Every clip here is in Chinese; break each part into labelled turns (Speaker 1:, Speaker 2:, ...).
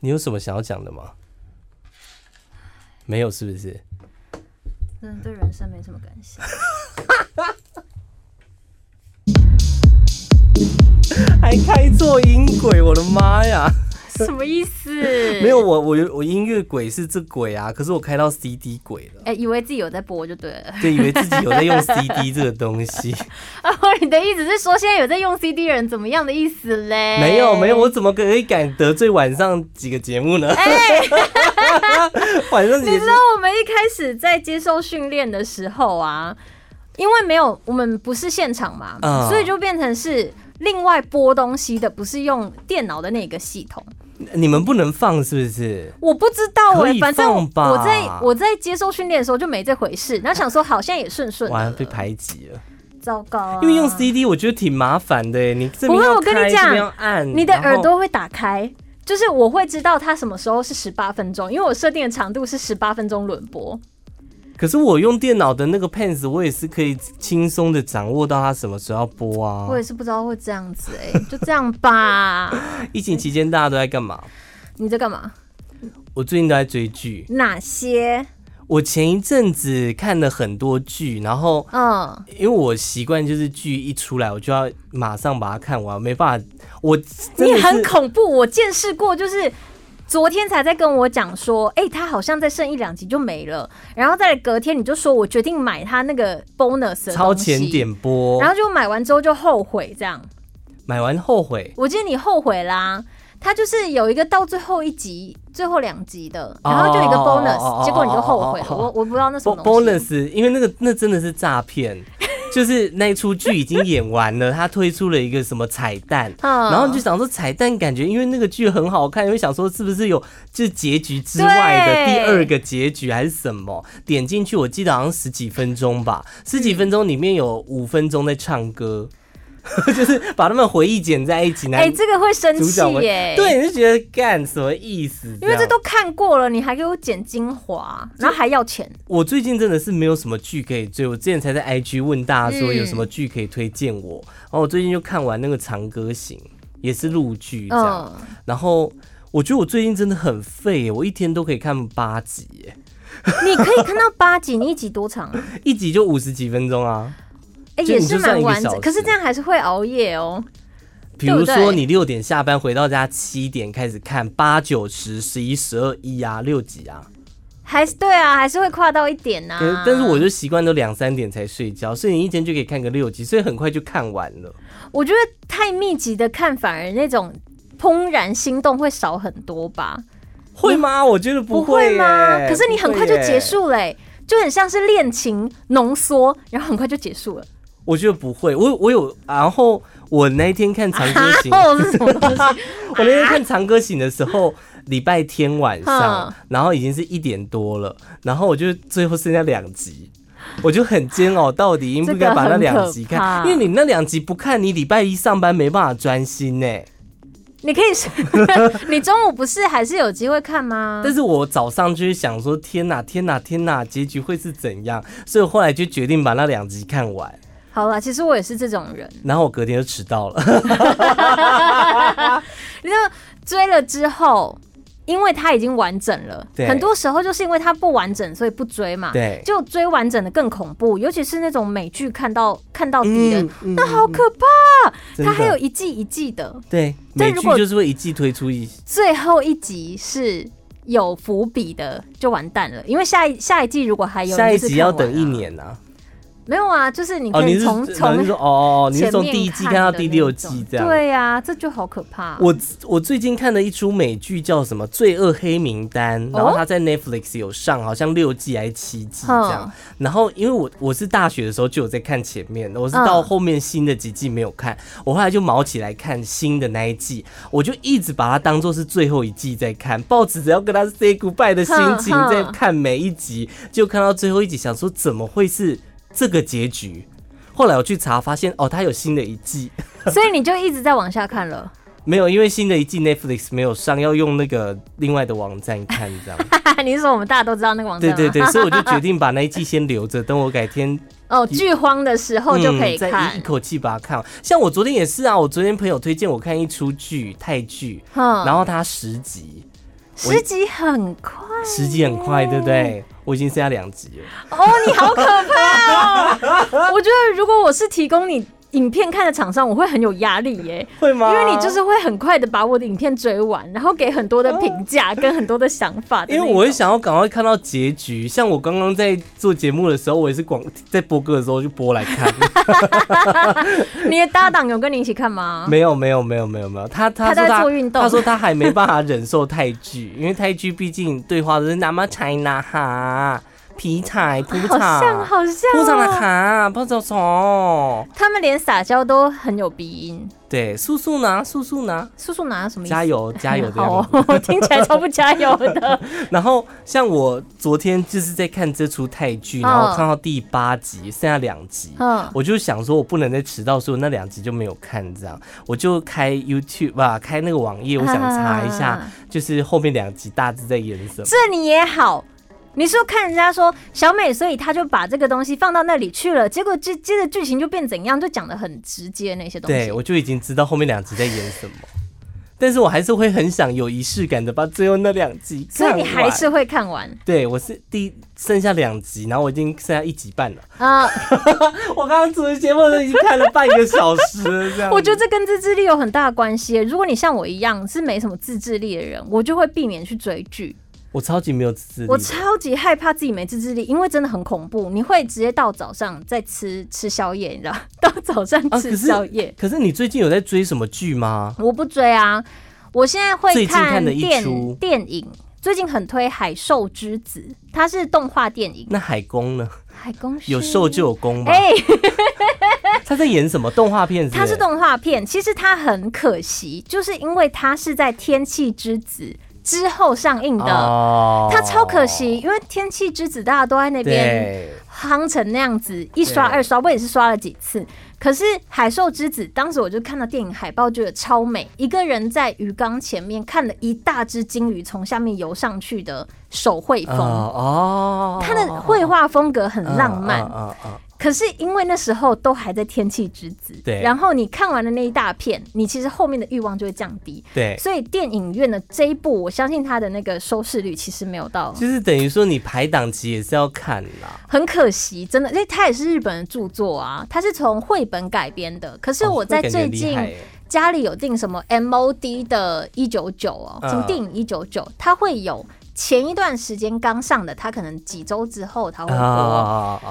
Speaker 1: 你有什么想要讲的吗？没有，是不是？
Speaker 2: 真的对人生没什么感 想。
Speaker 1: 还开错音轨，我的妈呀！
Speaker 2: 什么意思？
Speaker 1: 没有，我我我音乐轨是这轨啊，可是我开到 CD 轨了，
Speaker 2: 哎、以为自己有在播就对了。
Speaker 1: 就以为自己有在用 CD 这个东西。
Speaker 2: 啊，你的意思是说现在有在用 CD 的人怎么样的意思嘞？
Speaker 1: 没有没有，我。怎么可以敢得罪晚上几个节目呢？ 晚上
Speaker 2: 哎你
Speaker 1: 几
Speaker 2: 知
Speaker 1: 个
Speaker 2: 道我们一开始在接受训练的时候啊，因为没有我们不是现场嘛，
Speaker 1: 嗯
Speaker 2: 所以就变成是另外播东西的，不是用电脑的那个系统。
Speaker 1: 你们不能放是不是？
Speaker 2: 我不知道
Speaker 1: 可
Speaker 2: 哎、
Speaker 1: 以
Speaker 2: 反正
Speaker 1: 放吧
Speaker 2: 我在我在接受训练的时候就没这回事，那想说好像也顺顺的
Speaker 1: 完
Speaker 2: 了
Speaker 1: 了，被排挤了，
Speaker 2: 糟糕、啊，
Speaker 1: 因为用 CD 我觉得挺麻烦的耶。你这边
Speaker 2: 不会
Speaker 1: 要
Speaker 2: 我跟你
Speaker 1: 开
Speaker 2: 讲
Speaker 1: 这边要按，
Speaker 2: 你的
Speaker 1: 嗯然后
Speaker 2: 耳朵会打开，就是我会知道它什么时候是十八分钟，因为我设定的长度是十八分钟轮播。
Speaker 1: 哦可是我用电脑的那个 Pens，我也是可以轻松的掌握到它什么时候要播啊
Speaker 2: 我。也是不知道会这样子哎、 就这样吧。
Speaker 1: 疫情期间大家都在干嘛？
Speaker 2: 你在干嘛？
Speaker 1: 我最近都在追剧。
Speaker 2: 哪些？
Speaker 1: 我前一阵子看了很多剧，然后
Speaker 2: 嗯，
Speaker 1: 因为我习惯就是剧一出来，我就要马上把它看完，没办法，我真
Speaker 2: 你
Speaker 1: 的
Speaker 2: 很
Speaker 1: 是
Speaker 2: 恐怖，我见识过，就是。昨天才在跟我讲说，哎、他好像再剩一两集就没了，然后再隔天你就说我决定买他那个 bonus 的
Speaker 1: 超
Speaker 2: 东西
Speaker 1: 前，点播
Speaker 2: 然，后就买完之后就后悔这样。
Speaker 1: 买完后悔。
Speaker 2: 我记得你后悔啦。他就是有一个到最后一集、最后两集的，
Speaker 1: 哦
Speaker 2: 然后就有一个
Speaker 1: 哦
Speaker 2: bonus，、
Speaker 1: 哦哦
Speaker 2: 结果你就后悔了。
Speaker 1: 哦哦哦
Speaker 2: 我我不知道那什么
Speaker 1: bon
Speaker 2: 东西。
Speaker 1: bonus，因为那个那真的是诈骗，就是那一出剧已经演完了，他推出了一个什么彩蛋，
Speaker 2: 嗯
Speaker 1: 然后你就想说彩蛋感觉因为那个剧很好看，因为想说是不是有就是结局之外的
Speaker 2: 对
Speaker 1: 第二个结局还是什么？点进去我记得好像十几分钟吧，十几分钟里面有五分钟在唱歌， 就是把他们回忆剪在一起，
Speaker 2: 哎、
Speaker 1: 男
Speaker 2: 这个会生
Speaker 1: 主
Speaker 2: 气
Speaker 1: 角会
Speaker 2: 耶、，
Speaker 1: 对，你就觉得干什么意思样？
Speaker 2: 因为这都看过了，你还给我剪精华，然后还要钱。
Speaker 1: 我最近真的是没有什么剧可以追，我之前才在 IG 问大家说
Speaker 2: 嗯
Speaker 1: 有什么剧可以推荐我，然后我最近就看完那个《长歌行》，也是陆剧这样，
Speaker 2: 嗯，
Speaker 1: 然后我觉得我最近真的很废耶，我一天都可以看八集耶，
Speaker 2: 你可以看到八集，你一集多长啊？
Speaker 1: 一集就五十几分钟啊。
Speaker 2: 哎、
Speaker 1: 就
Speaker 2: 也
Speaker 1: 你就是算
Speaker 2: 蛮
Speaker 1: 一个
Speaker 2: 完
Speaker 1: 小
Speaker 2: 整，可是
Speaker 1: 时
Speaker 2: 这样还是会熬夜哦。
Speaker 1: 比如
Speaker 2: 对
Speaker 1: 说
Speaker 2: 不对
Speaker 1: 你六点下班回到家，七点开始看八九十十一十二一啊六集啊，
Speaker 2: 还是对啊，还是会跨到一点呐、
Speaker 1: 可是但是我就习惯都两三点才睡觉，所以你一天就可以看个六集，所以很快就看完了。
Speaker 2: 我觉得太密集的看，反而那种怦然心动会少很多吧。
Speaker 1: 会吗？我觉得不
Speaker 2: 会
Speaker 1: 耶
Speaker 2: 吗？可是你很快就
Speaker 1: 不会耶
Speaker 2: 结束嘞、就很像是恋情浓缩，然后很快就结束了。
Speaker 1: 我觉得不会，我我有，然后我那一天看 《长歌行》
Speaker 2: 哦，是什么东西？
Speaker 1: 我那天看《长歌行》的时候，礼拜天晚上
Speaker 2: 哼，
Speaker 1: 然后已经是一点多了，然后我就最后剩下两集。我就很煎熬，到底应不应该把那两集
Speaker 2: 这个很
Speaker 1: 看？
Speaker 2: 可怕
Speaker 1: 因为你那两集不看，你礼拜一上班没办法专心呢、
Speaker 2: 你可以是， 你中午不是还是有机会看吗？
Speaker 1: 但是我早上就是想说，天哪，天哪，天哪，结局会是怎样？所以我后来就决定把那两集看完。
Speaker 2: 好啦，其实我也是这种人，
Speaker 1: 然后我隔天就迟到了。
Speaker 2: 你知道追了之后，因为它已经完整了，
Speaker 1: 对
Speaker 2: 很多时候就是因为它不完整，所以不追嘛。
Speaker 1: 对
Speaker 2: 就追完整的更恐怖，尤其是那种美剧看到看到敌人，
Speaker 1: 嗯
Speaker 2: 那好可怕。
Speaker 1: 真的
Speaker 2: 它还有一季一季的，
Speaker 1: 对，
Speaker 2: 但
Speaker 1: 美剧
Speaker 2: 如果
Speaker 1: 就是会一季推出一
Speaker 2: 最后一集是有伏笔的，就完蛋了。因为下一下一季如果还有，
Speaker 1: 下一
Speaker 2: 哎你就是
Speaker 1: 集
Speaker 2: 看
Speaker 1: 要
Speaker 2: 完
Speaker 1: 等一
Speaker 2: 了。
Speaker 1: 年啊！
Speaker 2: 没有啊，就是你
Speaker 1: 哦，
Speaker 2: 可
Speaker 1: 你
Speaker 2: 以
Speaker 1: 是
Speaker 2: 从
Speaker 1: 哦你是
Speaker 2: 从
Speaker 1: 说哦，你是
Speaker 2: 前
Speaker 1: 从
Speaker 2: 面
Speaker 1: 第一季看到第六季
Speaker 2: 的那种
Speaker 1: 这样。，
Speaker 2: 对呀、这就好可怕。
Speaker 1: 我我最近看的一出美剧叫什么《罪恶黑名单》，然后
Speaker 2: 哦
Speaker 1: 它在 Netflix 有上，好像六季还是七季这样。然后因为我我是大学的时候就有在看前面，我是到
Speaker 2: 嗯
Speaker 1: 后面新的几季没有看，我后来就毛起来看新的那一季，我就一直把它当做是最后一季在看，抱持着要跟他 say goodbye 的心
Speaker 2: 哼
Speaker 1: 情
Speaker 2: 哼
Speaker 1: 在看每一集，就看到最后一集，想说怎么会是这个结局？后来我去查，发现哦，它有新的一季。
Speaker 2: 所以你就一直在往下看了。
Speaker 1: 没有，因为新的一季 Netflix 没有上，要用那个另外的网站看，这 样。
Speaker 2: 你是说我们大家都知道那个网站
Speaker 1: 对
Speaker 2: 吗？
Speaker 1: 对对，所以我就决定把那一季先留着，等我改天
Speaker 2: 哦，剧荒的时哦候就可以
Speaker 1: 嗯、再
Speaker 2: 看
Speaker 1: 一一。口气把它看完。像我昨天也是啊，我昨天朋友推荐我看一出剧泰剧，
Speaker 2: 嗯
Speaker 1: 然后它十集，我
Speaker 2: 十集很快
Speaker 1: 十集很快，对不对？我已经剩下两集了。
Speaker 2: 哦，你好可怕哦！ 我觉得如果我是提供你影片看的厂商，我会很有压力耶。
Speaker 1: 会吗？
Speaker 2: 因为你就是会很快的把我的影片追完，然后给很多的评价跟很多的想法
Speaker 1: 嗯
Speaker 2: 的那
Speaker 1: 因
Speaker 2: 种。
Speaker 1: 为我会想要赶快看到结局。像我刚刚在做节目的时候，我也是广在播歌的时候就播来看。
Speaker 2: 你的搭档有跟你一起看吗？
Speaker 1: 没有没有没有没有没有，他他
Speaker 2: 啊他
Speaker 1: 说
Speaker 2: 在
Speaker 1: 他
Speaker 2: 做运动
Speaker 1: 他说他还没办法忍受泰剧， 因为泰剧毕竟对话都是那么 China 哈皮菜葡
Speaker 2: 好像
Speaker 1: 茶
Speaker 2: 好像
Speaker 1: 葡萄的
Speaker 2: 哦、
Speaker 1: 哈不知道虫。
Speaker 2: 他们连撒娇都很有鼻音。
Speaker 1: 对，素素呢？素素呢？
Speaker 2: 叔叔拿什么意思？
Speaker 1: 加油加油这样
Speaker 2: 好哦，听起来超不加油的。
Speaker 1: 然后像我昨天就是在看这出泰剧，然后看到第八集，剩下两集，
Speaker 2: 嗯
Speaker 1: 我就想说我不能再迟到，所以我那两集就没有看，这样我就开 YouTube 吧、开那个网页，我想查一下
Speaker 2: 啊，
Speaker 1: 就是后面两集大致在演什么。
Speaker 2: 这你也好。你说看人家说小美，所以他就把这个东西放到那里去了，结果接接着剧情就变怎样，就讲的很直接那些东西
Speaker 1: 对，。我就已经知道后面两集在演什么，但是我还是会很想有仪式感的把最后那两集看
Speaker 2: 所以
Speaker 1: 完。
Speaker 2: 你还是会看完
Speaker 1: 对我是第剩下两集，然后我已经剩下一集半了。
Speaker 2: 啊、
Speaker 1: 我刚刚主持节目都已经看了半个小时了，这样子。
Speaker 2: 我觉得这跟自制力有很大的关系。如果你像我一样是没什么自制力的人，我就会避免去追剧。
Speaker 1: 我超级没有自制力的。
Speaker 2: 我超级害怕自己没自制力，因为真的很恐怖。你会直接到早上再吃吃宵夜，你知道？ 到早上
Speaker 1: 啊
Speaker 2: 吃
Speaker 1: 可是
Speaker 2: 宵夜。
Speaker 1: 可是你最近有在追什么剧吗？
Speaker 2: 我不追啊，我现在会
Speaker 1: 最近看的一出
Speaker 2: 电电影。最近很推《海兽之子》，它是动画电影。
Speaker 1: 那海宫呢？
Speaker 2: 海公是
Speaker 1: 有兽就有宫吧？
Speaker 2: 哎、
Speaker 1: 他在演什么动画片？
Speaker 2: 它是
Speaker 1: 动
Speaker 2: 动画片，其实它很可惜，就是因为它是在《天气之子》之后上映的，
Speaker 1: 哦
Speaker 2: 它超可惜，因为《天气之子》大家都在那边
Speaker 1: 对，
Speaker 2: 夯成那样子，一刷
Speaker 1: 对
Speaker 2: 二刷，我也是刷了几次。可是《海兽之子》，当时我就看到电影海报，觉得超美，一个人在鱼缸前面看了一大只金鱼从下面游上去的手绘
Speaker 1: 哦
Speaker 2: 风，
Speaker 1: 哦，
Speaker 2: 它的绘画风格很浪漫。
Speaker 1: 啊啊！
Speaker 2: 可是因为那时候都还在《天气之子》，
Speaker 1: 对
Speaker 2: 然后你看完了那一大片，你其实后面的欲望就会降低。
Speaker 1: 对，
Speaker 2: 所以电影院的这一部，我相信它的那个收视率其实没有到
Speaker 1: 就是等于说你排档期也是要看啦。
Speaker 2: 很可惜，真的，因为它也是日本的著作啊，它是从绘本改编的。可
Speaker 1: 哦
Speaker 2: 是我在最近家里有订什么 MOD 的一九九哦，
Speaker 1: 嗯
Speaker 2: 什么电影一九九，它会有前一段时间刚上的，它可能几周之后它会
Speaker 1: 啊
Speaker 2: 播。
Speaker 1: 啊啊！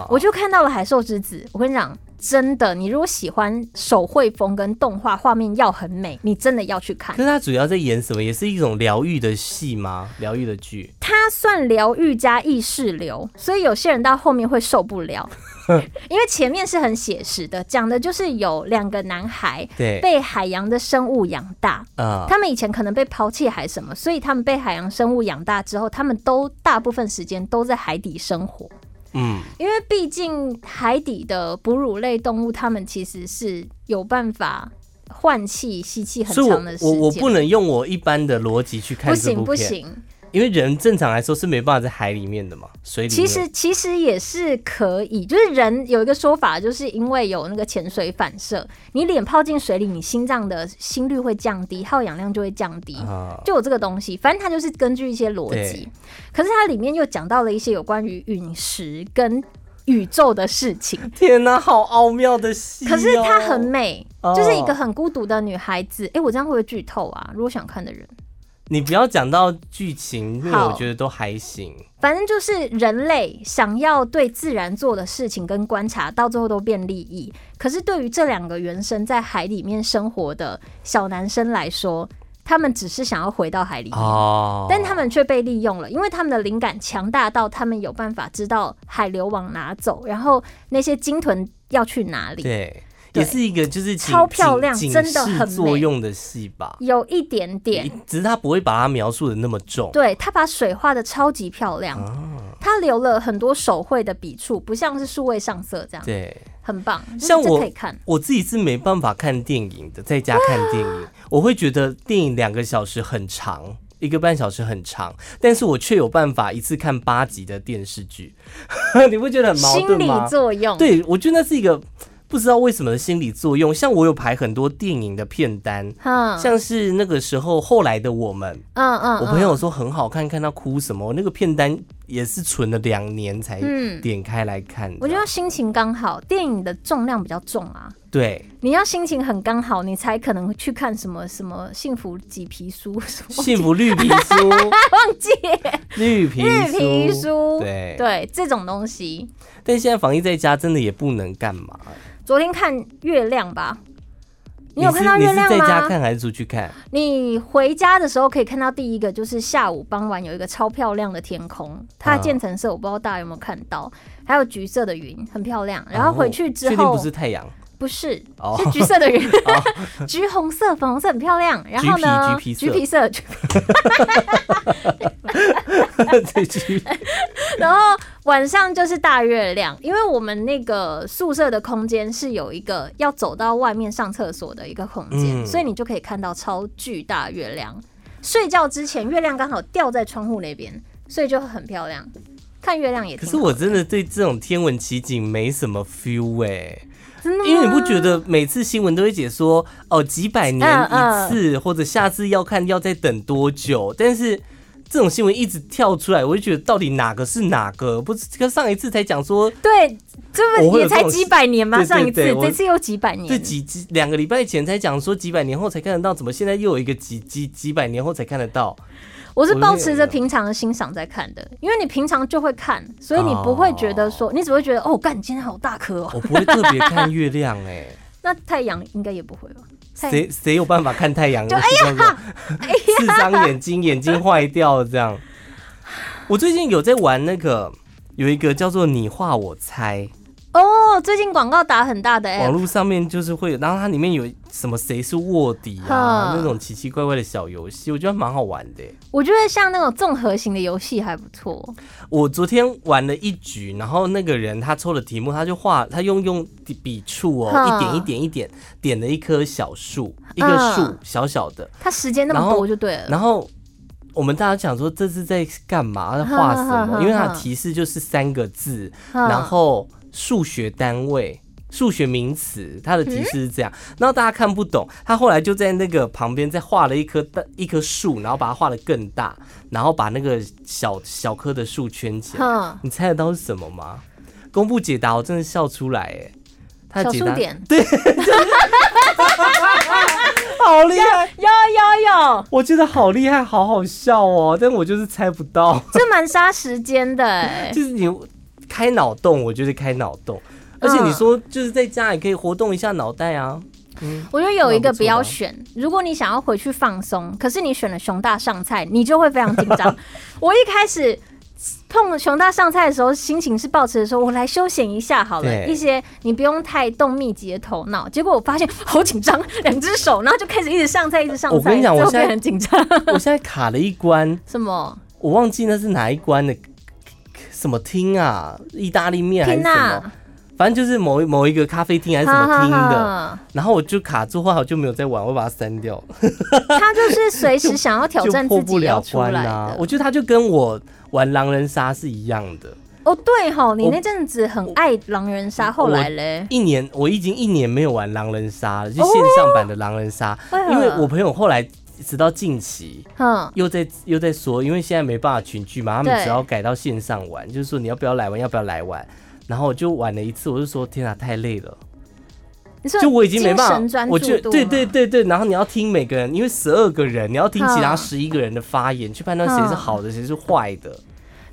Speaker 2: 哦我就看到了《海兽之子》，我跟你讲，真的，你如果喜欢手绘风跟动画画面要很美，你真的要去看
Speaker 1: 可。是他主要在演什么？也是一种疗愈的戏吗？疗愈的剧？
Speaker 2: 它算疗愈加意识流，所以有些人到后面会受 不了，因为前面是很写实的，讲的就是有两个男孩
Speaker 1: 对，
Speaker 2: 被海洋的生物养大，
Speaker 1: 啊
Speaker 2: 他们以前可能被抛弃还什么，所以他们被海洋生物养大之后，他们都大部分时间都在海底生活，
Speaker 1: 嗯，
Speaker 2: 因为毕竟海底的哺乳类动物，它们其实是有办法换气、吸气很
Speaker 1: 所以
Speaker 2: 长的时
Speaker 1: 我
Speaker 2: 间。
Speaker 1: 我我不能用我一般的逻辑去看
Speaker 2: 不
Speaker 1: 这
Speaker 2: 行
Speaker 1: 部
Speaker 2: 不
Speaker 1: 片，
Speaker 2: 行，
Speaker 1: 因为人正常来说是没办法在海里面的嘛，水里
Speaker 2: 其
Speaker 1: 面。
Speaker 2: 实其实也是可以，就是人有一个说法，就是因为有那个潜水反射，你脸泡进水里，你心脏的心率会降低，耗氧量就会降低。
Speaker 1: 啊，
Speaker 2: 就有这个东西，反正它就是根据一些逻辑
Speaker 1: 对，
Speaker 2: 可是它里面又讲到了一些有关于陨石跟宇宙的事 情。
Speaker 1: 天哪、好奥妙的戏、
Speaker 2: 可是她很，美，
Speaker 1: 哦
Speaker 2: 就是一个很孤独的女孩子。哎、我这样会不会剧透啊？如果想看的人，
Speaker 1: 你不要讲到剧情，因为
Speaker 2: 好
Speaker 1: 我觉得都还行。
Speaker 2: 反正就是人类想要对自然做的事情跟观察，到最后都变利益。可是对于这两个原生在海里面生活的小男生来说，他们只是想要回到海里面。
Speaker 1: 哦，
Speaker 2: 嗯但他们却被利用了，因为他们的灵感强大到他们有办法知道海流往哪走，然后那些鲸豚要去哪里。
Speaker 1: 对，
Speaker 2: 对
Speaker 1: 也是一个就是警
Speaker 2: 超漂亮
Speaker 1: 警
Speaker 2: 真的很
Speaker 1: 警示作
Speaker 2: 美
Speaker 1: 用的戏吧。
Speaker 2: 有一点点，
Speaker 1: 只是他不会把它描述的那么重。
Speaker 2: 对他把水画的超级漂亮，
Speaker 1: 哦
Speaker 2: 他留了很多手绘的笔触，不像是数位上色这样，
Speaker 1: 对，
Speaker 2: 很棒。
Speaker 1: 像
Speaker 2: 嗯这
Speaker 1: 我
Speaker 2: 可以看，
Speaker 1: 我自己是没办法看电影的，在家看电影，我会觉得电影两个小时很长，一个半小时很长，但是我却有办法一次看八集的电视剧，你不觉得很矛
Speaker 2: 心
Speaker 1: 盾
Speaker 2: 理
Speaker 1: 吗？
Speaker 2: 作用。
Speaker 1: 对，我觉得那是一个。不知道为什么的心理作用。像我有排很多电影的片单，
Speaker 2: 嗯
Speaker 1: 像是那个时候后来的我们，
Speaker 2: 嗯嗯，
Speaker 1: 我朋友说很好看，看他哭什么，我那个片单也是存了两年才
Speaker 2: 嗯
Speaker 1: 点开来看的。
Speaker 2: 我觉得心情刚好，电影的重量比较重啊。
Speaker 1: 对，
Speaker 2: 你要心情很刚好，你才可能去看什么什么幸福几皮书， 什么
Speaker 1: 幸福绿皮 书，
Speaker 2: 忘记
Speaker 1: 绿皮
Speaker 2: 日皮
Speaker 1: 书，
Speaker 2: 书，
Speaker 1: 对
Speaker 2: 对这种东西。
Speaker 1: 但现在防疫在家真的也不能干嘛。
Speaker 2: 昨天看月亮吧，你有
Speaker 1: 是
Speaker 2: 看到
Speaker 1: 你
Speaker 2: 月
Speaker 1: 是
Speaker 2: 亮
Speaker 1: 在家
Speaker 2: 吗？
Speaker 1: 看还是出去看？
Speaker 2: 你回家的时候可以看到第一个就是下午傍晚有一个超漂亮的天
Speaker 1: 啊
Speaker 2: 空，它的渐层色我不知道大家有没有看到，还有橘色的云，很漂亮。然后回去之
Speaker 1: 确定
Speaker 2: 后
Speaker 1: 哦不是太 阳，
Speaker 2: 不是
Speaker 1: 哦
Speaker 2: 是橘色的云， 橘红色、粉红色很漂亮。然后呢，
Speaker 1: 橘皮
Speaker 2: 橘
Speaker 1: 橘
Speaker 2: 皮
Speaker 1: 皮
Speaker 2: 色， 橘
Speaker 1: 这句
Speaker 2: 然后晚上就是大月亮，因为我们那个宿舍的空间是有一个要走到外面上厕所的一个空间，
Speaker 1: 嗯
Speaker 2: 所以你就可以看到超巨大月亮。睡觉之前，月亮刚好掉在窗户那边，所以就很漂亮。看月亮也
Speaker 1: 可
Speaker 2: 挺
Speaker 1: 是
Speaker 2: 好
Speaker 1: 我真的对这种天文奇景没什么 feel 哎、
Speaker 2: 真的吗
Speaker 1: 因为你不觉得每次新闻都会解说哦几百年
Speaker 2: 嗯
Speaker 1: 一次，或者下次要看要再等多久？但是这种新闻一直跳出来，我就觉得到底哪个是哪个？不是跟上一次才讲说
Speaker 2: 对，这
Speaker 1: 我
Speaker 2: 不
Speaker 1: 会有
Speaker 2: 也才
Speaker 1: 这种
Speaker 2: 几百年吗？
Speaker 1: 对对
Speaker 2: 上一次，
Speaker 1: 对我
Speaker 2: 这次又几百年，
Speaker 1: 这几几两个礼拜前才讲说几百年后才看得到，怎么现在又有一个几几几百年后才看得 到？
Speaker 2: 我是
Speaker 1: 我
Speaker 2: 保
Speaker 1: 没有
Speaker 2: 持着平常的欣赏在看的，因为你平常就会看，所以你不会觉得说，你只会觉得哦，干，你今天好大颗哦。
Speaker 1: 我不会特别看月亮哎、
Speaker 2: 那太阳应该也不会吧？太
Speaker 1: 谁谁有办法看太阳？
Speaker 2: 就哎
Speaker 1: 呀，刺伤眼睛，眼睛坏掉了这样。我最近有在玩那个，有一个叫做“你画我猜
Speaker 2: 哦，最近广告打很大的”，
Speaker 1: 网
Speaker 2: app，
Speaker 1: 络上面就是会有，然后它里面有什么谁是卧底啊
Speaker 2: 哼
Speaker 1: 那种奇奇怪怪的小游戏，我觉得蛮好玩的。
Speaker 2: 我觉得像那种综合型的游戏还不错。哦
Speaker 1: 我昨天玩了一局，然后那个人他抽的题目，他就画，他用用笔触哦，
Speaker 2: 哼
Speaker 1: 一点一点一点点了一棵小树，一棵
Speaker 2: 嗯
Speaker 1: 树小小的，
Speaker 2: 它时间那么
Speaker 1: 然后
Speaker 2: 多就对了。
Speaker 1: 然后我们大家讲说这是在干嘛，在画什
Speaker 2: 哈哈哈
Speaker 1: 么？因为它的
Speaker 2: 哈
Speaker 1: 提示就是三个字，
Speaker 2: 嗯
Speaker 1: 然后数学单位。数学名词，它的提示是这样，然后大家看不懂，他后来就在那个旁边再画了一棵大一棵树，然后把它画得更大，然后把那个小小棵的树圈起 来。
Speaker 2: 哼，
Speaker 1: 你猜得到是什么吗？公布解答，我真的笑出来哎！他
Speaker 2: 小
Speaker 1: 的解
Speaker 2: 数
Speaker 1: 答
Speaker 2: 点
Speaker 1: 好厉害，
Speaker 2: 有有有，
Speaker 1: 我觉得好厉害，好好笑哦，但我就是猜不到。
Speaker 2: 这蛮杀时间的哎。
Speaker 1: 就是你开脑洞，我就是开脑洞。而且你说
Speaker 2: 嗯
Speaker 1: 就是在家也可以活动一下脑袋啊，
Speaker 2: 我觉得有一个
Speaker 1: 蛮不错的啊
Speaker 2: 不要选，如果你想要回去放松，可是你选了熊大上菜，你就会非常紧 张。我一开始碰熊大上菜的时候，心情是抱持着说我来休闲一下好了，
Speaker 1: 对
Speaker 2: 一些你不用太动密集的头脑。结果我发现好紧张，两只手，然后就开始一直上菜，一直上菜，
Speaker 1: 我跟你讲
Speaker 2: 最后
Speaker 1: 我现在
Speaker 2: 变得很紧张。
Speaker 1: 我现在卡了一关，
Speaker 2: 什么？
Speaker 1: 我忘记那是哪一关的，什么厅啊，意大利面还是
Speaker 2: 天
Speaker 1: 什么，反正就是某一某一个咖啡厅还是什么厅的，
Speaker 2: 哈
Speaker 1: 然后我就卡住，后来我就没有再玩，我把它删掉，
Speaker 2: 哈他就是随时想要挑
Speaker 1: 就
Speaker 2: 战
Speaker 1: 破
Speaker 2: 自
Speaker 1: 不
Speaker 2: 己要
Speaker 1: 了
Speaker 2: 出
Speaker 1: 关
Speaker 2: 来
Speaker 1: 啊
Speaker 2: 的。。
Speaker 1: 我觉得它就跟我玩狼人杀是一样的，
Speaker 2: 哦，对吼，你
Speaker 1: 我
Speaker 2: 那阵子很爱狼人杀，后来嘞，
Speaker 1: 一年我已经一年没有玩狼人杀了，就线上版的狼人杀，
Speaker 2: 哎呀
Speaker 1: 因为我朋友后来直到近期。
Speaker 2: 哼。
Speaker 1: 又在又在说，因为现在没办法群聚嘛，他
Speaker 2: 对
Speaker 1: 们只要改到线上玩，就是说你要不要来玩，要不要来玩。然后我就玩了一次，我就说天啊，太累了，
Speaker 2: 你说
Speaker 1: 就我已经没
Speaker 2: 精
Speaker 1: 办
Speaker 2: 神
Speaker 1: 法
Speaker 2: 专，注
Speaker 1: 我就
Speaker 2: 度
Speaker 1: 对
Speaker 2: 吗
Speaker 1: 对，对对。然后你要听每个人，因为十二个人，你要听其他
Speaker 2: 嗯
Speaker 1: 十一个人的发言，去判断谁是好的，谁是坏的。
Speaker 2: 嗯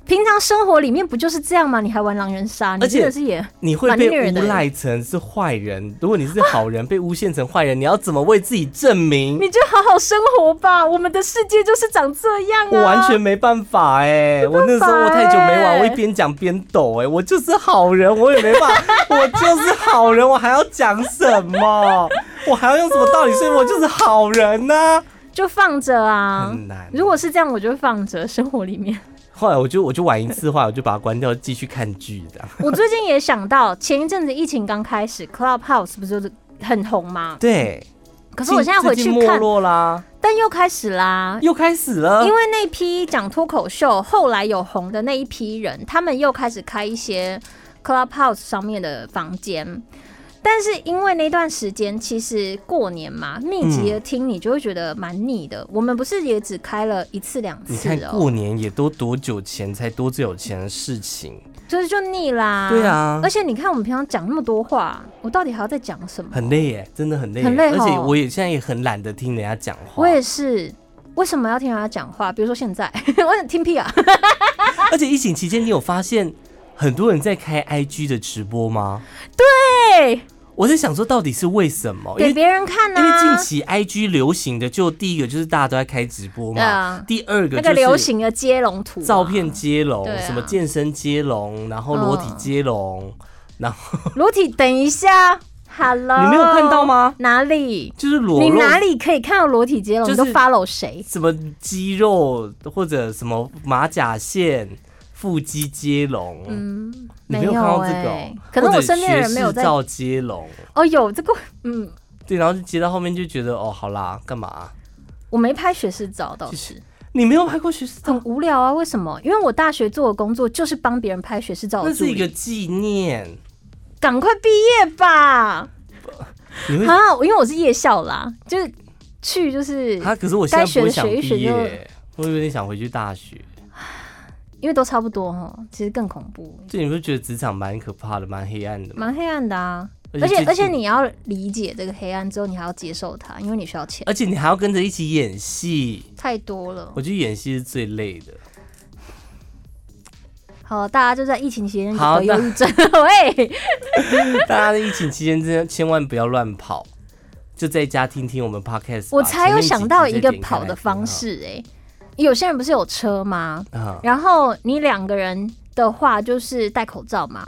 Speaker 2: 平常生活里面不就是这样吗？你还玩狼人杀，你
Speaker 1: 而且
Speaker 2: 真的是也
Speaker 1: 你会
Speaker 2: 蛮
Speaker 1: 被
Speaker 2: 虐人的
Speaker 1: 诬
Speaker 2: 欸
Speaker 1: 赖成是坏人，如果你是好人，被诬陷成坏人，你要怎么为自己证明？
Speaker 2: 你就好好生活吧。我们的世界就是长这样啊！
Speaker 1: 我完全没办法哎、我那时候我太久没玩，
Speaker 2: 欸
Speaker 1: 我一边讲边抖哎、我就是好人，我也没办 法，我就是好人，我还要讲什么？我还要用什么道理说我就是好人啊呢、
Speaker 2: 就放着啊。
Speaker 1: 很难
Speaker 2: 如果是这样，我就放着。生活 里面，
Speaker 1: 后来我就我就玩一次，后来我就把它关掉，继续看剧这样。
Speaker 2: 我最近也想到，前一阵子疫情刚开始，Clubhouse 不是很红吗？
Speaker 1: 对，
Speaker 2: 可是我现在回
Speaker 1: 最近
Speaker 2: 去
Speaker 1: 没
Speaker 2: 看，
Speaker 1: 落啦，
Speaker 2: 但又开始啦。
Speaker 1: 又开始了
Speaker 2: 因。为那批讲脱口秀后来有红的那一批人，他们又开始开一些 Clubhouse 上面的房间。但是因为那段时间其实过年嘛，密集的听你就会觉得蛮腻的。我们不是也只开了一次两
Speaker 1: 你
Speaker 2: 次
Speaker 1: 看
Speaker 2: 哦、
Speaker 1: 过年也都多久前才多久前的事情，
Speaker 2: 就是就腻啦。
Speaker 1: 对啊
Speaker 2: 而且你看我们平常讲那么多话，我到底还要再讲什么？
Speaker 1: 很累耶，真的很累耶，哦
Speaker 2: 很累
Speaker 1: 而且
Speaker 2: 吼
Speaker 1: 我也现在也很懒得听人家讲话
Speaker 2: 我，也是。为什么要听人家讲话？比如说现在， 我想听屁啊！
Speaker 1: 而且疫情期间，你有发现很多人在开 IG 的直播吗？
Speaker 2: 对，
Speaker 1: 我在想说，到底是为什么？因
Speaker 2: 给
Speaker 1: 为
Speaker 2: 别人看
Speaker 1: 因为近
Speaker 2: 啊。
Speaker 1: 期 IG 流行的，就第一个就是大家都在开直播嘛，
Speaker 2: 对啊
Speaker 1: 第二个
Speaker 2: 那
Speaker 1: 就
Speaker 2: 个
Speaker 1: 是
Speaker 2: 流行的接龙图啊、
Speaker 1: 照片接龙，
Speaker 2: 对啊
Speaker 1: 什么健身接龙，然后裸体接龙，
Speaker 2: 嗯
Speaker 1: 然后
Speaker 2: 裸体，等一下，Hello，
Speaker 1: 你没有看到吗？
Speaker 2: 哪里？
Speaker 1: 就是裸
Speaker 2: 你
Speaker 1: 露，
Speaker 2: 哪里可以看到裸体接龙？
Speaker 1: 就
Speaker 2: 你
Speaker 1: 是
Speaker 2: 都 follow 谁？
Speaker 1: 什么肌肉或者什么马甲线、腹肌接龙，
Speaker 2: 嗯，
Speaker 1: 你没有看到这个哦、
Speaker 2: 欸可能
Speaker 1: 或
Speaker 2: 我
Speaker 1: 者
Speaker 2: 身边的人没有
Speaker 1: 学士
Speaker 2: 在。
Speaker 1: 照接龙，
Speaker 2: 哦，有这个，嗯，
Speaker 1: 对，然后就接到后面就觉得哦，好啦，干嘛、
Speaker 2: 我没拍学士照，倒
Speaker 1: 就是
Speaker 2: 是
Speaker 1: 你没有拍过学士照
Speaker 2: 很，无聊啊。为什么？因为我大学做的工作就是帮别人拍学士照
Speaker 1: 那
Speaker 2: 的助
Speaker 1: 是一个
Speaker 2: 理。
Speaker 1: 纪念。
Speaker 2: 赶快毕业吧！
Speaker 1: 你会
Speaker 2: 啊，因为我是夜校啦，就是去就是
Speaker 1: 啊？可是我现在
Speaker 2: 该学
Speaker 1: 不
Speaker 2: 的
Speaker 1: 想
Speaker 2: 学一
Speaker 1: 毕
Speaker 2: 学就
Speaker 1: 业，我有点想回去大学。
Speaker 2: 因为都差不多哦，其实更恐怖，
Speaker 1: 这你不觉得职场蛮可怕的，蛮黑暗的吗？
Speaker 2: 蛮黑暗的啊。而
Speaker 1: 而且
Speaker 2: 且
Speaker 1: 最
Speaker 2: 而且
Speaker 1: 近
Speaker 2: 你要理解这个黑暗之后，你还要接受它，因为你需要钱，
Speaker 1: 而且你还要跟着一起演戏，
Speaker 2: 太多了
Speaker 1: 呃我。觉得演戏是最累的。
Speaker 2: 好，大家就在疫情期间就
Speaker 1: 好
Speaker 2: 得忧郁症， 喂，
Speaker 1: 大家在疫情期间，真的千万不要乱跑，就在家听听我们 podcast 吧。
Speaker 2: 我才有想到一
Speaker 1: 前
Speaker 2: 个
Speaker 1: 面几集再点开来嗯
Speaker 2: 跑的方
Speaker 1: 听
Speaker 2: 式哎、有些人不是有车吗？
Speaker 1: 啊。
Speaker 2: 然后你两个人的话就是戴口罩嘛，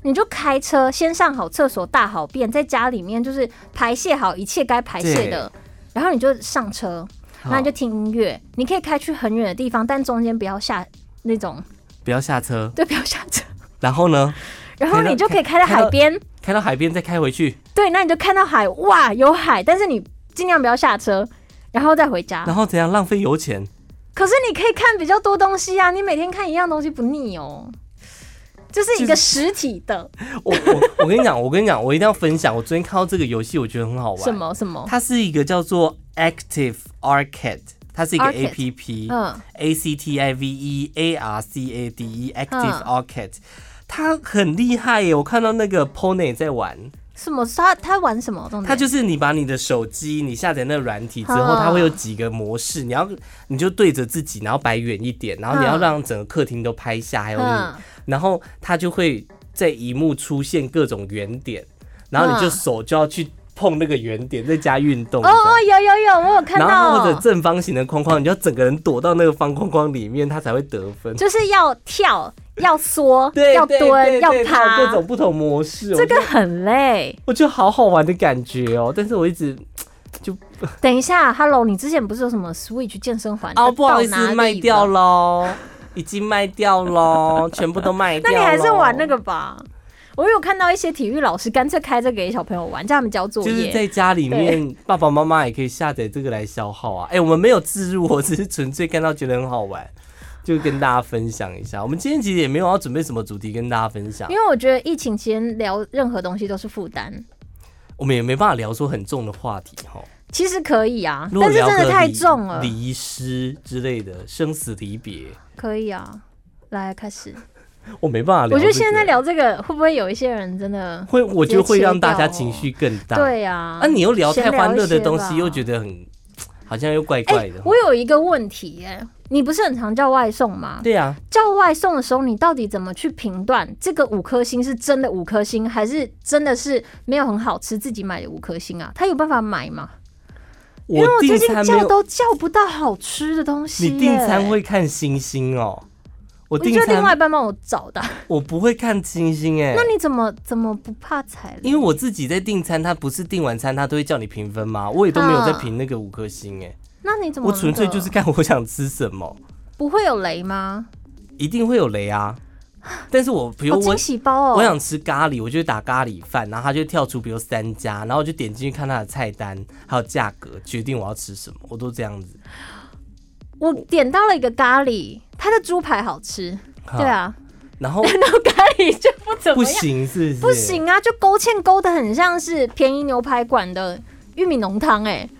Speaker 2: 你就开车先上好厕所大小便，在家里面就是排泄好一切该排泄的，然后你就上车，然后你就
Speaker 1: 就
Speaker 2: 听音乐，你可以开去很远的地方，但中间不要下那种，
Speaker 1: 不要下车，
Speaker 2: 对，不要下车，
Speaker 1: 然后呢，
Speaker 2: 然后你就可以开到
Speaker 1: 开到
Speaker 2: 海边，
Speaker 1: 开到海边再开回去，
Speaker 2: 对，那你就看到海，哇，有海，但是你尽量不要下车，然后再回家。
Speaker 1: 然后怎样浪费油钱？
Speaker 2: 可是你可以看比较多东西啊，你每天看一样东西不腻哦，就是一个实体的
Speaker 1: 我我我跟你讲，我跟你讲，我一定要分享。我昨天看到这个游戏，我觉得很好玩。
Speaker 2: 什？么什么，
Speaker 1: 它是一个叫做 Active Arcade，它是一个 A
Speaker 2: Arcade
Speaker 1: P P，
Speaker 2: 嗯
Speaker 1: ，A C T I V E A R C A D E Active
Speaker 2: 嗯
Speaker 1: Arcade，、它很厉害耶！我看到那个 Pony 在玩，
Speaker 2: 什么他他玩什么东西？
Speaker 1: 它就是你把你的手机，你下载那个软体之后，
Speaker 2: 嗯
Speaker 1: 它会有几个模式，你要你就对着自己，然后摆远一点，然后你要
Speaker 2: 嗯
Speaker 1: 让整个客厅都拍下，还有你
Speaker 2: 嗯，
Speaker 1: 然后它就会在荧幕出现各种圆点，然后你就
Speaker 2: 嗯
Speaker 1: 手就要去碰那个圆点，再加运动。
Speaker 2: 哦哦有有有，我有看
Speaker 1: 然后或者
Speaker 2: 到，
Speaker 1: 正方形的框框，你就要整个人躲到那个方框框里面，它才会得分。
Speaker 2: 就是要跳要缩
Speaker 1: 对，
Speaker 2: 要
Speaker 1: 对对
Speaker 2: 蹲要
Speaker 1: 对它
Speaker 2: 趴
Speaker 1: 有各，种不同模式。
Speaker 2: 这
Speaker 1: 这
Speaker 2: 个很累。
Speaker 1: 我觉得好好玩的感觉哦，但是我一直
Speaker 2: 等一下，Hello，你之前不是有什么 Switch 健身环？呃
Speaker 1: 哦，不好意
Speaker 2: 到哪里
Speaker 1: 思，
Speaker 2: 了
Speaker 1: 卖掉。喽，已经卖掉喽，全部都卖
Speaker 2: 那
Speaker 1: 掉。
Speaker 2: 你还是玩那
Speaker 1: 个？
Speaker 2: 个吧。我有看到一些体育老师干脆开这个给小朋友玩，叫他们交作
Speaker 1: 就是
Speaker 2: 业。
Speaker 1: 在家里 面，爸爸妈妈也可以下载这个来消耗啊。哎、我们没有置入，我 只是纯粹看到觉得很好玩，就跟大家分享一下。我们今天其实也没有要准备什么主题跟大家分享
Speaker 2: 因，为我觉得疫情期间聊任何东西都是负担，
Speaker 1: 我们也没办法聊出很重的话题哈。
Speaker 2: 其实可以啊，
Speaker 1: 如果
Speaker 2: 但是
Speaker 1: 聊
Speaker 2: 真
Speaker 1: 个
Speaker 2: 的太
Speaker 1: 离
Speaker 2: 重了，
Speaker 1: 离失之类的，生死离别，
Speaker 2: 可以啊。来开始，
Speaker 1: 我没办法聊、
Speaker 2: 我觉得现在，聊这个会不会有一些人真的
Speaker 1: 会我觉得会让大家
Speaker 2: 直接切掉
Speaker 1: 情
Speaker 2: 哦
Speaker 1: 绪更大。，
Speaker 2: 对啊？
Speaker 1: 啊，你又聊太
Speaker 2: 闲
Speaker 1: 欢乐的东
Speaker 2: 一
Speaker 1: 西，
Speaker 2: 些吧
Speaker 1: 又觉得很好像又怪
Speaker 2: 哎、
Speaker 1: 怪的。
Speaker 2: 我有一个问题哎、你不是很常叫外送吗？
Speaker 1: 对啊，
Speaker 2: 叫外送的时候，你到底怎么去评断这个五颗星是真的五颗星，还是真的是没有很好吃自己买的五颗星啊？他有办法买吗？因为我
Speaker 1: 订
Speaker 2: 最近
Speaker 1: 餐没
Speaker 2: 叫
Speaker 1: 有，
Speaker 2: 都叫不到好吃的东西、
Speaker 1: 你订餐
Speaker 2: 哎
Speaker 1: 会看星星哦。我
Speaker 2: 我
Speaker 1: 订
Speaker 2: 觉得另外
Speaker 1: 餐
Speaker 2: 一半帮我找的啊，
Speaker 1: 我不会看星星哎、
Speaker 2: 那你怎么怎么不怕踩雷？
Speaker 1: 因为我自己在订餐，他不是订完餐他都会叫你评分吗？我也都没有在评那个五颗星哎、
Speaker 2: 那你怎么
Speaker 1: 我
Speaker 2: 那个？
Speaker 1: 纯粹就是看我想吃什么，
Speaker 2: 不会有雷吗？一
Speaker 1: 一定会有雷啊。但是我比如
Speaker 2: 好
Speaker 1: 我
Speaker 2: 惊喜包哦！
Speaker 1: 我想吃咖喱，我就打咖喱饭，然后他就跳出比如三家，然后我就点进去看他的菜单还有价格，决定我要吃什么，我都这样子。
Speaker 2: 我点到了一个咖喱，它的猪排好吃。对啊，
Speaker 1: 然后
Speaker 2: 那咖喱就不怎
Speaker 1: 不
Speaker 2: 么样，
Speaker 1: 行是不是？
Speaker 2: 不，行啊，就勾芡勾的很像是便宜牛排馆的玉米浓汤哎，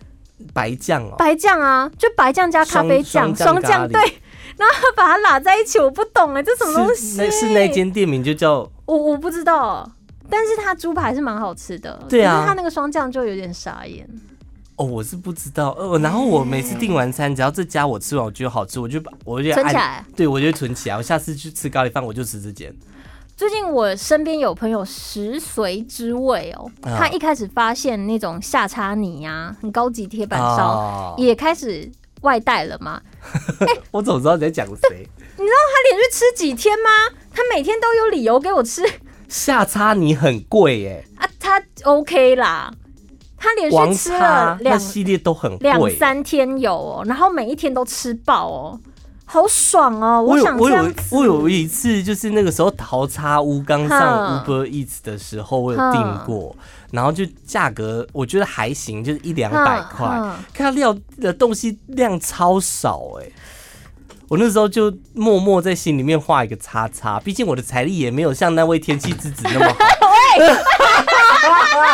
Speaker 1: 白酱哦，
Speaker 2: 白酱啊，就白酱加咖啡
Speaker 1: 双
Speaker 2: 酱，双
Speaker 1: 双酱咖
Speaker 2: 酱
Speaker 1: 喱
Speaker 2: 对，然后把它拉在一起，我不懂哎、这什么东西？
Speaker 1: 是那是那间店名就叫
Speaker 2: 我我不知道，但是它猪排是蛮好吃的，
Speaker 1: 对啊
Speaker 2: 可是它那个双酱就有点傻眼，
Speaker 1: 哦，我是不知道。呃，然后我每次订完餐，只要这家我吃完我觉得好吃，我就把我就
Speaker 2: 存
Speaker 1: 按
Speaker 2: 起来。
Speaker 1: 对，我就会存起来。我下次去吃咖喱饭，我就吃这间。
Speaker 2: 最近我身边有朋友食髓知味哦，
Speaker 1: 啊
Speaker 2: 他一开始发现那种下叉泥啊，很高级铁板烧，
Speaker 1: 哦
Speaker 2: 也开始外带了嘛。
Speaker 1: 我总知道你在讲谁。
Speaker 2: 他连续吃几天吗？他每天都有理由给我吃
Speaker 1: 下叉你很贵耶，
Speaker 2: 啊，他 OK 啦，他连
Speaker 1: 王
Speaker 2: 续吃了
Speaker 1: 叉那
Speaker 2: 两
Speaker 1: 系列都很
Speaker 2: 两
Speaker 1: 贵。
Speaker 2: 三天有哦，然后每一天都吃饱哦，好爽哦！
Speaker 1: 我有
Speaker 2: 想
Speaker 1: 我
Speaker 2: 这
Speaker 1: 有
Speaker 2: 样子，
Speaker 1: 我有一次就是那个时候淘叉屋刚上
Speaker 2: 哼
Speaker 1: Uber Eats 的时候，我有订过，然后就价格我觉得还行，就是一两百
Speaker 2: 哼
Speaker 1: 块
Speaker 2: 哼，
Speaker 1: 看它料的东西量超少哎、我那时候就默默在心里面画一个叉叉，毕竟我的财力也没有像那位天气之子那么 好。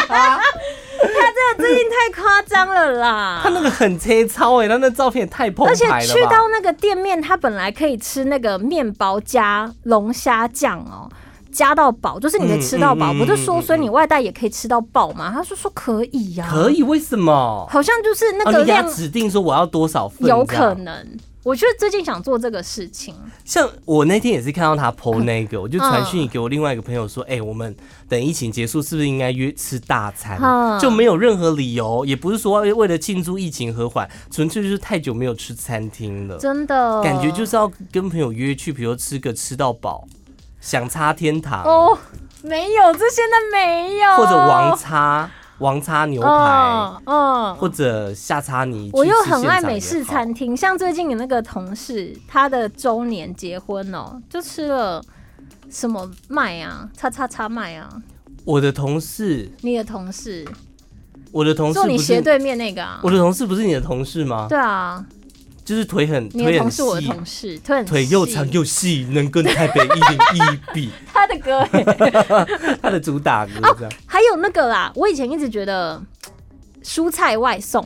Speaker 2: 他真的最近太夸张了啦
Speaker 1: 他！那个很切超哎、他那照片也太澎
Speaker 2: 而且
Speaker 1: 湃了
Speaker 2: 去
Speaker 1: 吧！
Speaker 2: 到那个店面，他本来可以吃那个面包加龙虾酱哦，加到饱，就是你可以吃到饱。
Speaker 1: 嗯嗯嗯
Speaker 2: 我就说，
Speaker 1: 嗯
Speaker 2: 所以你外带也可以吃到饱嘛？他说说可以呀、
Speaker 1: 可，以为什么？
Speaker 2: 好像就是那
Speaker 1: 哦，
Speaker 2: 个
Speaker 1: 你给他
Speaker 2: 量
Speaker 1: 指定说我要多少份？
Speaker 2: 有
Speaker 1: 这样
Speaker 2: 可能。我觉得最近想做这个事情，
Speaker 1: 像我那天也是看到 他 PO 那个，
Speaker 2: 嗯
Speaker 1: 我就传讯给我另外一个朋友说，哎、我们等疫情结束，是不是应该约吃大餐？
Speaker 2: 嗯
Speaker 1: 就没有任何理由，也不是说为了庆祝疫情和缓，纯粹就是太久没有吃餐厅了，
Speaker 2: 真的
Speaker 1: 感觉就是要跟朋友约去，比如吃个吃到饱，想插天堂，
Speaker 2: 哦，没有，这现在没有，
Speaker 1: 或者王叉王叉牛排，
Speaker 2: 嗯嗯，
Speaker 1: 或者下叉泥。
Speaker 2: 我
Speaker 1: 去
Speaker 2: 又
Speaker 1: 吃
Speaker 2: 很
Speaker 1: 现
Speaker 2: 爱
Speaker 1: 场
Speaker 2: 美
Speaker 1: 也
Speaker 2: 式
Speaker 1: 好
Speaker 2: 餐厅，像最近有那个同事，他的周年结婚哦，就吃了什么麦啊，叉叉叉麦啊，
Speaker 1: 我的同事，
Speaker 2: 你的同事
Speaker 1: 我的同事
Speaker 2: 坐你
Speaker 1: 不
Speaker 2: 斜
Speaker 1: 是
Speaker 2: 对面那个啊
Speaker 1: 我，的同事不是你的同事吗？
Speaker 2: 对啊，
Speaker 1: 就是腿很
Speaker 2: 你的
Speaker 1: 腿
Speaker 2: 同
Speaker 1: 很
Speaker 2: 事我的
Speaker 1: 细，
Speaker 2: 同事，腿很
Speaker 1: 腿又
Speaker 2: 细
Speaker 1: 长又细，能跟台北一零一 比，
Speaker 2: 他的歌欸、
Speaker 1: 他的主打歌这样。
Speaker 2: 还有那个啦，我以前一直觉得蔬菜外送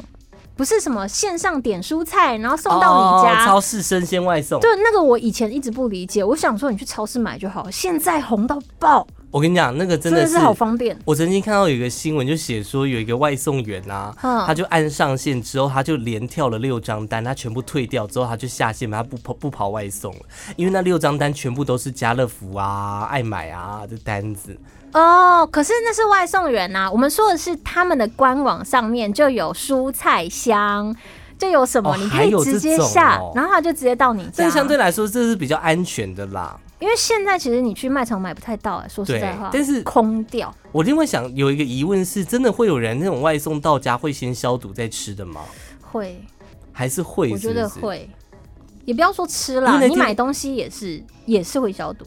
Speaker 2: 不是什么线上点蔬菜，然后送到你
Speaker 1: 哦
Speaker 2: 家。
Speaker 1: 超市生鲜外送。
Speaker 2: 对，那个我以前一直不理解，我想说你去超市买就好，现在红到爆，
Speaker 1: 我跟你讲，那个真
Speaker 2: 真
Speaker 1: 的
Speaker 2: 的
Speaker 1: 是
Speaker 2: 是好方便。
Speaker 1: 我曾经看到有一个新闻，就写说有一个外送员啊，
Speaker 2: 嗯
Speaker 1: 他就按上线之后，他就连跳了六张单，他全部退掉之后，他就下线嘛，他不跑不跑外送了，因为那六张单全部都是家乐福啊、爱买啊的单子。
Speaker 2: 哦，可是那是外送员啊呐、我们说的是他们的官网上面就有蔬菜箱，就有什么
Speaker 1: 哦
Speaker 2: 你可
Speaker 1: 还
Speaker 2: 以
Speaker 1: 有
Speaker 2: 直接
Speaker 1: 这种
Speaker 2: 下，
Speaker 1: 哦
Speaker 2: 然后它就直接到你家
Speaker 1: 但。相对来说，这是比较安全的啦。
Speaker 2: 因为现在其实你去卖场买不太到、哎，说实
Speaker 1: 对
Speaker 2: 在话，
Speaker 1: 但是
Speaker 2: 空掉。
Speaker 1: 我另外想有一个疑问是，真的会有人那种外送到家会先消毒再吃的吗？
Speaker 2: 会，
Speaker 1: 还是会
Speaker 2: 我
Speaker 1: 是
Speaker 2: 觉
Speaker 1: 不是
Speaker 2: 得。会。也不要说吃
Speaker 1: 因
Speaker 2: 啦，
Speaker 1: 为那
Speaker 2: 你
Speaker 1: 天
Speaker 2: 买东西也是也是会消毒，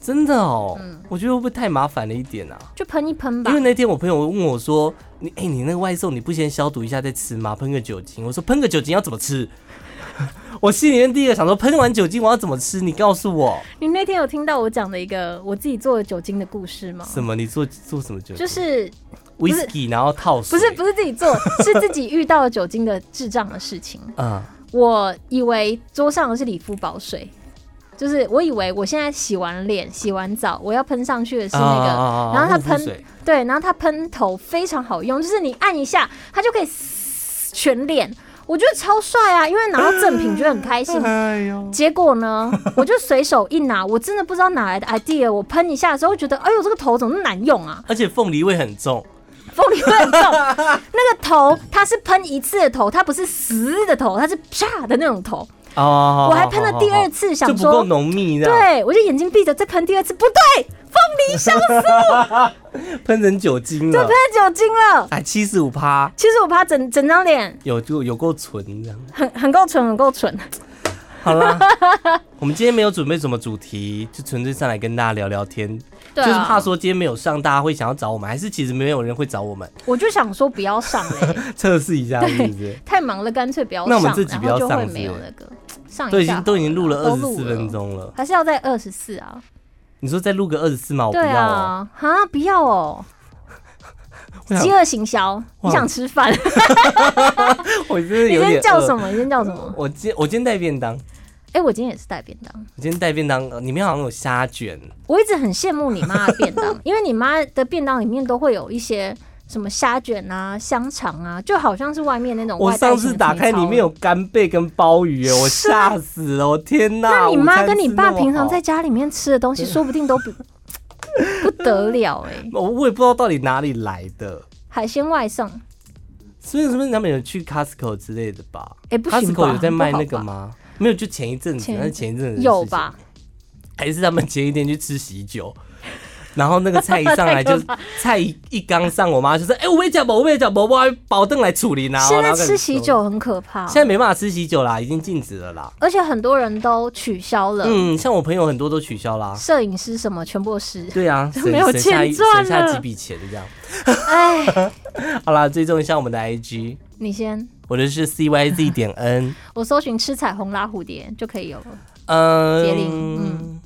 Speaker 1: 真的哦，
Speaker 2: 嗯
Speaker 1: 我觉得会不会太麻烦了一点啊？
Speaker 2: 就喷一喷吧
Speaker 1: 因为。那天我朋友问我说：“你哎、你那个外送你不先消毒一下再吃吗？喷个酒精。”我说：“喷个酒精要怎么吃？” 我心里面第一个想说，喷完酒精我要怎么吃？你告诉我
Speaker 2: 你那天有听到我讲的一个我自己做的酒精的故事吗？
Speaker 1: 什么？你做做什么酒精？
Speaker 2: 就是
Speaker 1: 威
Speaker 2: 是
Speaker 1: 士忌，然后套
Speaker 2: 不
Speaker 1: 水。
Speaker 2: 是不是自己做， 是自己遇到了酒精的智障的事情。
Speaker 1: 嗯，
Speaker 2: 我以为桌上的是理肤宝水，就是我以为我现在洗完脸、洗完澡，我要喷上去的是那个，
Speaker 1: 啊啊啊啊
Speaker 2: 然后它
Speaker 1: 护肤
Speaker 2: 喷
Speaker 1: 水。
Speaker 2: 对，然后它喷头非常好用，就是你按一下，它就可以嘶全脸，我觉得超帅啊！因为拿到赠品觉得很开心
Speaker 1: 哎呦，
Speaker 2: 结果呢，我就随手一拿，我真的不知道哪来的 idea，我喷一下的时候觉得，哎呦，这个头怎么那么难用啊？
Speaker 1: 而且凤梨味很重，
Speaker 2: 风力会很 重。那个头它是喷一次的头，它不是死的头，它是啪的那种头。
Speaker 1: 哦，
Speaker 2: 我还喷了第二次，
Speaker 1: 就
Speaker 2: 想
Speaker 1: 不够
Speaker 2: 说，
Speaker 1: 浓密，这样
Speaker 2: 对我就眼睛闭着再喷第二次，不对，凤梨消失
Speaker 1: 喷成酒精了
Speaker 2: 喷，酒精了。
Speaker 1: 哎，七十五趴，
Speaker 2: 其实我怕整整张脸
Speaker 1: 有就有够纯这样。
Speaker 2: 很很够蠢，很够蠢。
Speaker 1: 好啦，我们今天没有准备什么主题，就纯粹上来跟大家聊聊天，
Speaker 2: 对啊
Speaker 1: 就是怕说今天没有上，大家会想要找我们，还是其实没有人会找我们，
Speaker 2: 我就想说不要上嘞、欸
Speaker 1: 测试一下是不是？
Speaker 2: 太忙了，干脆不要上，
Speaker 1: 那我们自己不
Speaker 2: 然
Speaker 1: 要
Speaker 2: 后就
Speaker 1: 上
Speaker 2: 会
Speaker 1: 是不是
Speaker 2: 没有那个。上
Speaker 1: 都
Speaker 2: 一
Speaker 1: 已
Speaker 2: 下好
Speaker 1: 经都已经录了
Speaker 2: 了
Speaker 1: 二
Speaker 2: 都
Speaker 1: 十
Speaker 2: 录
Speaker 1: 四
Speaker 2: 了
Speaker 1: 分，钟了，
Speaker 2: 还是要在二十四啊？
Speaker 1: 你说再录个二十四吗？我不
Speaker 2: 对
Speaker 1: 要哦。
Speaker 2: 啊，哈，不要哦，
Speaker 1: 我
Speaker 2: 饥
Speaker 1: 想
Speaker 2: 饿行销，你
Speaker 1: 啊哇
Speaker 2: 想吃饭？
Speaker 1: 我真的
Speaker 2: 你
Speaker 1: 有
Speaker 2: 今
Speaker 1: 点
Speaker 2: 天叫什
Speaker 1: 饿。
Speaker 2: 么？你今天叫什么？
Speaker 1: 我今我今天带便当，我
Speaker 2: 哎、我今天也是带便当。
Speaker 1: 今天带便当，呃里面好像有虾卷，
Speaker 2: 我一直很羡慕你妈的便 当，因为你妈的便当里面都会有一些什么虾卷啊、香肠啊，就好像是外面那种
Speaker 1: 我
Speaker 2: 外带
Speaker 1: 上
Speaker 2: 型的
Speaker 1: 次打开
Speaker 2: 餐
Speaker 1: 里
Speaker 2: 超
Speaker 1: 面有干贝跟鲍鱼耶，我
Speaker 2: 是啊
Speaker 1: 吓死了！我天哪！
Speaker 2: 那你
Speaker 1: 午
Speaker 2: 妈
Speaker 1: 餐
Speaker 2: 跟你
Speaker 1: 吃
Speaker 2: 爸
Speaker 1: 那么
Speaker 2: 平常
Speaker 1: 好
Speaker 2: 在家里面吃的东西，说不定都 不不得了哎、
Speaker 1: 我我也不知道到底哪里来的，
Speaker 2: 海鲜外送，
Speaker 1: 所以是不是他们有去 Costco 之类的吧？
Speaker 2: 哎、不行吧？
Speaker 1: Costco 有在卖那个
Speaker 2: 不好吧？
Speaker 1: 吗？没有，就前一阵子，
Speaker 2: 前一
Speaker 1: 那是前一阵子的
Speaker 2: 有
Speaker 1: 事情？
Speaker 2: 吧？
Speaker 1: 还是他们前一天去吃喜酒，然后那个菜一上 来就
Speaker 2: 太可怕
Speaker 1: 菜一一刚上，我妈就说：“哎、我没讲，我没讲，我我保证来处理呢。”哦
Speaker 2: 现
Speaker 1: 然
Speaker 2: 在
Speaker 1: 后
Speaker 2: 吃喜，酒很可怕，
Speaker 1: 现在没办法吃喜酒啦，已经禁止了啦。
Speaker 2: 而且很多人都取消了，
Speaker 1: 嗯，像我朋友很多都取消啦。
Speaker 2: 摄影师什么全部 是，
Speaker 1: 对 啊，省
Speaker 2: 没有
Speaker 1: 省下一
Speaker 2: 钱赚
Speaker 1: 省下
Speaker 2: 了
Speaker 1: 几笔钱这样。
Speaker 2: 哎，
Speaker 1: 好啦，追踪一下我们的 IG，
Speaker 2: 你先，
Speaker 1: 我的是 CYZ 点 N。
Speaker 2: 我搜寻吃彩虹拉蝴蝶就可以有了。
Speaker 1: 嗯，
Speaker 2: 杰林嗯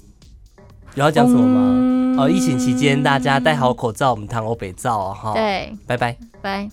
Speaker 1: 有要讲什么吗？哦，疫情期间大家戴好口罩，我们谈欧北照哦哈。，
Speaker 2: 对，
Speaker 1: 拜拜。
Speaker 2: 拜。